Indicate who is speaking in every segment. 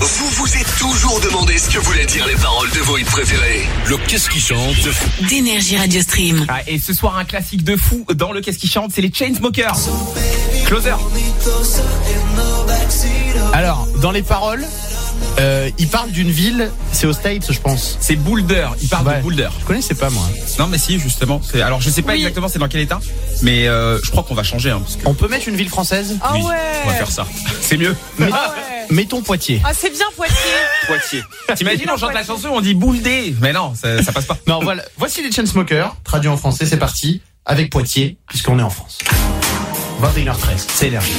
Speaker 1: Vous vous êtes toujours demandé ce que voulaient dire les paroles de vos hits préférés.
Speaker 2: Le qu'est-ce qui chante
Speaker 3: d'énergie Radio Stream.
Speaker 4: Ah, et ce soir, un classique de fou dans le qu'est-ce qui chante, c'est les Chainsmokers. Closer.
Speaker 5: Alors, dans les paroles, euh, il parle d'une ville, c'est aux States, je pense.
Speaker 4: C'est Boulder. Il parle
Speaker 5: Ouais.
Speaker 4: de Boulder.
Speaker 5: Je connaissais pas, moi.
Speaker 4: Non, mais si, justement. c'est- Alors, je sais pas exactement c'est dans quel état, mais euh, je crois qu'on va changer. Hein, parce que...
Speaker 5: On peut mettre une ville française
Speaker 6: Ah
Speaker 4: Oui,
Speaker 6: ouais.
Speaker 4: On va faire ça. C'est mieux.
Speaker 5: Mets-
Speaker 6: Ah ouais.
Speaker 5: Mettons Poitiers.
Speaker 6: Ah, c'est bien Poitiers.
Speaker 4: Poitiers. T'imagines, on chante la chanson, on dit Bouldé. Mais non, ça, ça passe pas.
Speaker 5: Non, voilà. Voici les Chainsmokers, traduit en français, c'est parti, avec Poitiers, puisqu'on est en France. 21h13, c'est énergie.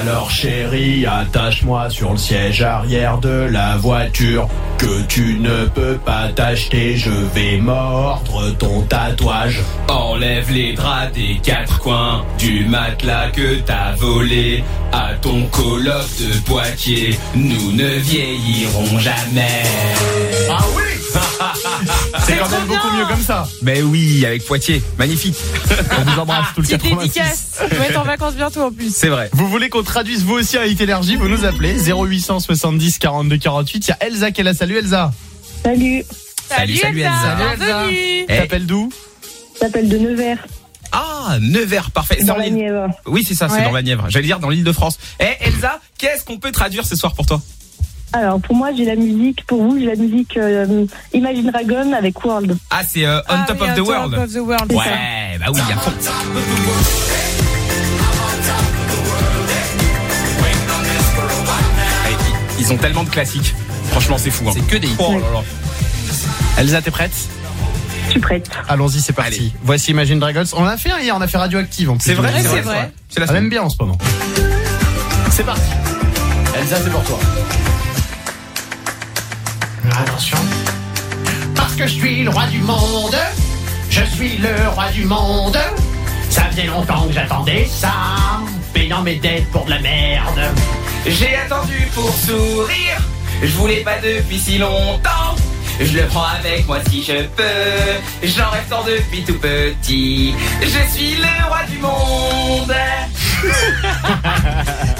Speaker 5: Alors chérie, attache-moi sur le siège arrière de la voiture que tu ne peux pas t'acheter. Je vais mordre ton tatouage. Enlève les draps des quatre coins du matelas que t'as volé à ton coloc de Poitiers. Nous ne vieillirons jamais. Ah oui C'est quand même beaucoup mieux comme ça.
Speaker 4: Mais oui, avec Poitiers. Magnifique.
Speaker 5: On vous embrasse tout le
Speaker 6: Petite dédicace. On va être en vacances bientôt en plus.
Speaker 4: C'est vrai.
Speaker 5: Vous voulez qu'on traduise vous aussi à Hit Énergie Vous nous appelez 0870 42 48. Il y a Elsa qui est là. Salut Elsa.
Speaker 7: Salut,
Speaker 4: Salut, salut, Elsa.
Speaker 6: Bienvenue.
Speaker 4: Eh.
Speaker 5: T'appelles d'où
Speaker 7: j'appelle de Nevers,
Speaker 4: Ah, Nevers, parfait. C'est
Speaker 7: dans
Speaker 4: en
Speaker 7: la
Speaker 4: île-
Speaker 7: Nièvre.
Speaker 4: Oui, c'est ça, c'est
Speaker 6: Ouais.
Speaker 4: dans la Nièvre. J'allais dire dans l'île de France. Eh, Elsa, qu'est-ce qu'on peut traduire ce soir pour toi
Speaker 7: Alors pour moi, j'ai la musique, pour vous, j'ai la musique euh, Imagine Dragon avec World.
Speaker 4: Ah, c'est euh, On
Speaker 6: Ah
Speaker 4: Top
Speaker 6: oui,
Speaker 4: of the
Speaker 6: on top
Speaker 4: World.
Speaker 6: of the world.
Speaker 4: Ouais, bah oui, à fond. Eh, Ils ont tellement de classiques. Franchement, c'est fou. hein.
Speaker 2: C'est que des hits.
Speaker 4: Oh là là.
Speaker 5: Elsa, t'es prête
Speaker 7: Je suis prête.
Speaker 5: Allons-y, c'est parti.
Speaker 4: Allez.
Speaker 5: Voici Imagine Dragons. On l'a fait un hier, on a fait Radioactive en plus.
Speaker 4: C'est vrai,
Speaker 6: Ouais, c'est
Speaker 4: c'est
Speaker 6: vrai.
Speaker 4: C'est la
Speaker 5: On aime
Speaker 4: semaine.
Speaker 5: bien en ce moment. C'est parti. Elsa, c'est pour toi. Ah, Attention. Parce que je suis le roi du monde. Je suis le roi du monde. Ça faisait longtemps que j'attendais ça. Payant mes dettes pour de la merde.
Speaker 4: J'ai attendu pour sourire. Je voulais pas depuis si longtemps. Je le prends avec moi si je peux. J'en reste depuis tout petit. Je suis le roi du monde.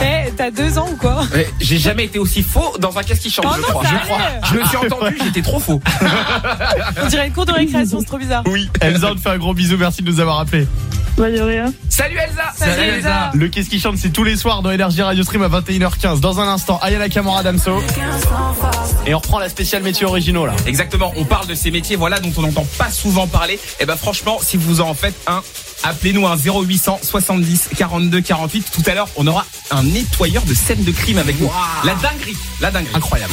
Speaker 6: Eh, t'as deux ans ou quoi
Speaker 4: Euh, J'ai jamais été aussi faux dans un casque qui change,
Speaker 6: Oh
Speaker 4: je
Speaker 6: non,
Speaker 4: crois.
Speaker 6: ça
Speaker 4: Je
Speaker 6: allait.
Speaker 4: crois. Je me suis entendu, j'étais trop faux.
Speaker 6: On dirait une cour de récréation, c'est trop bizarre.
Speaker 5: Oui, Elsa, on te fait un gros bisou. Merci de nous avoir appelés.
Speaker 7: Bah, de rien.
Speaker 4: Salut Elsa
Speaker 6: Salut, Elsa.
Speaker 5: Le Qu'est-ce qui chante, c'est tous les soirs dans Énergie Radio Stream à 21h15. Dans un instant, Ayana Kamara Damso. Et on reprend la spéciale métier originaux là.
Speaker 4: Exactement, on parle de ces métiers voilà dont on n'entend pas souvent parler. Et ben franchement, si vous en faites un, appelez-nous un 0800 70 42 48. Tout à l'heure, on aura un nettoyeur de scène de crime avec nous. La dinguerie, la dinguerie.
Speaker 5: Incroyable.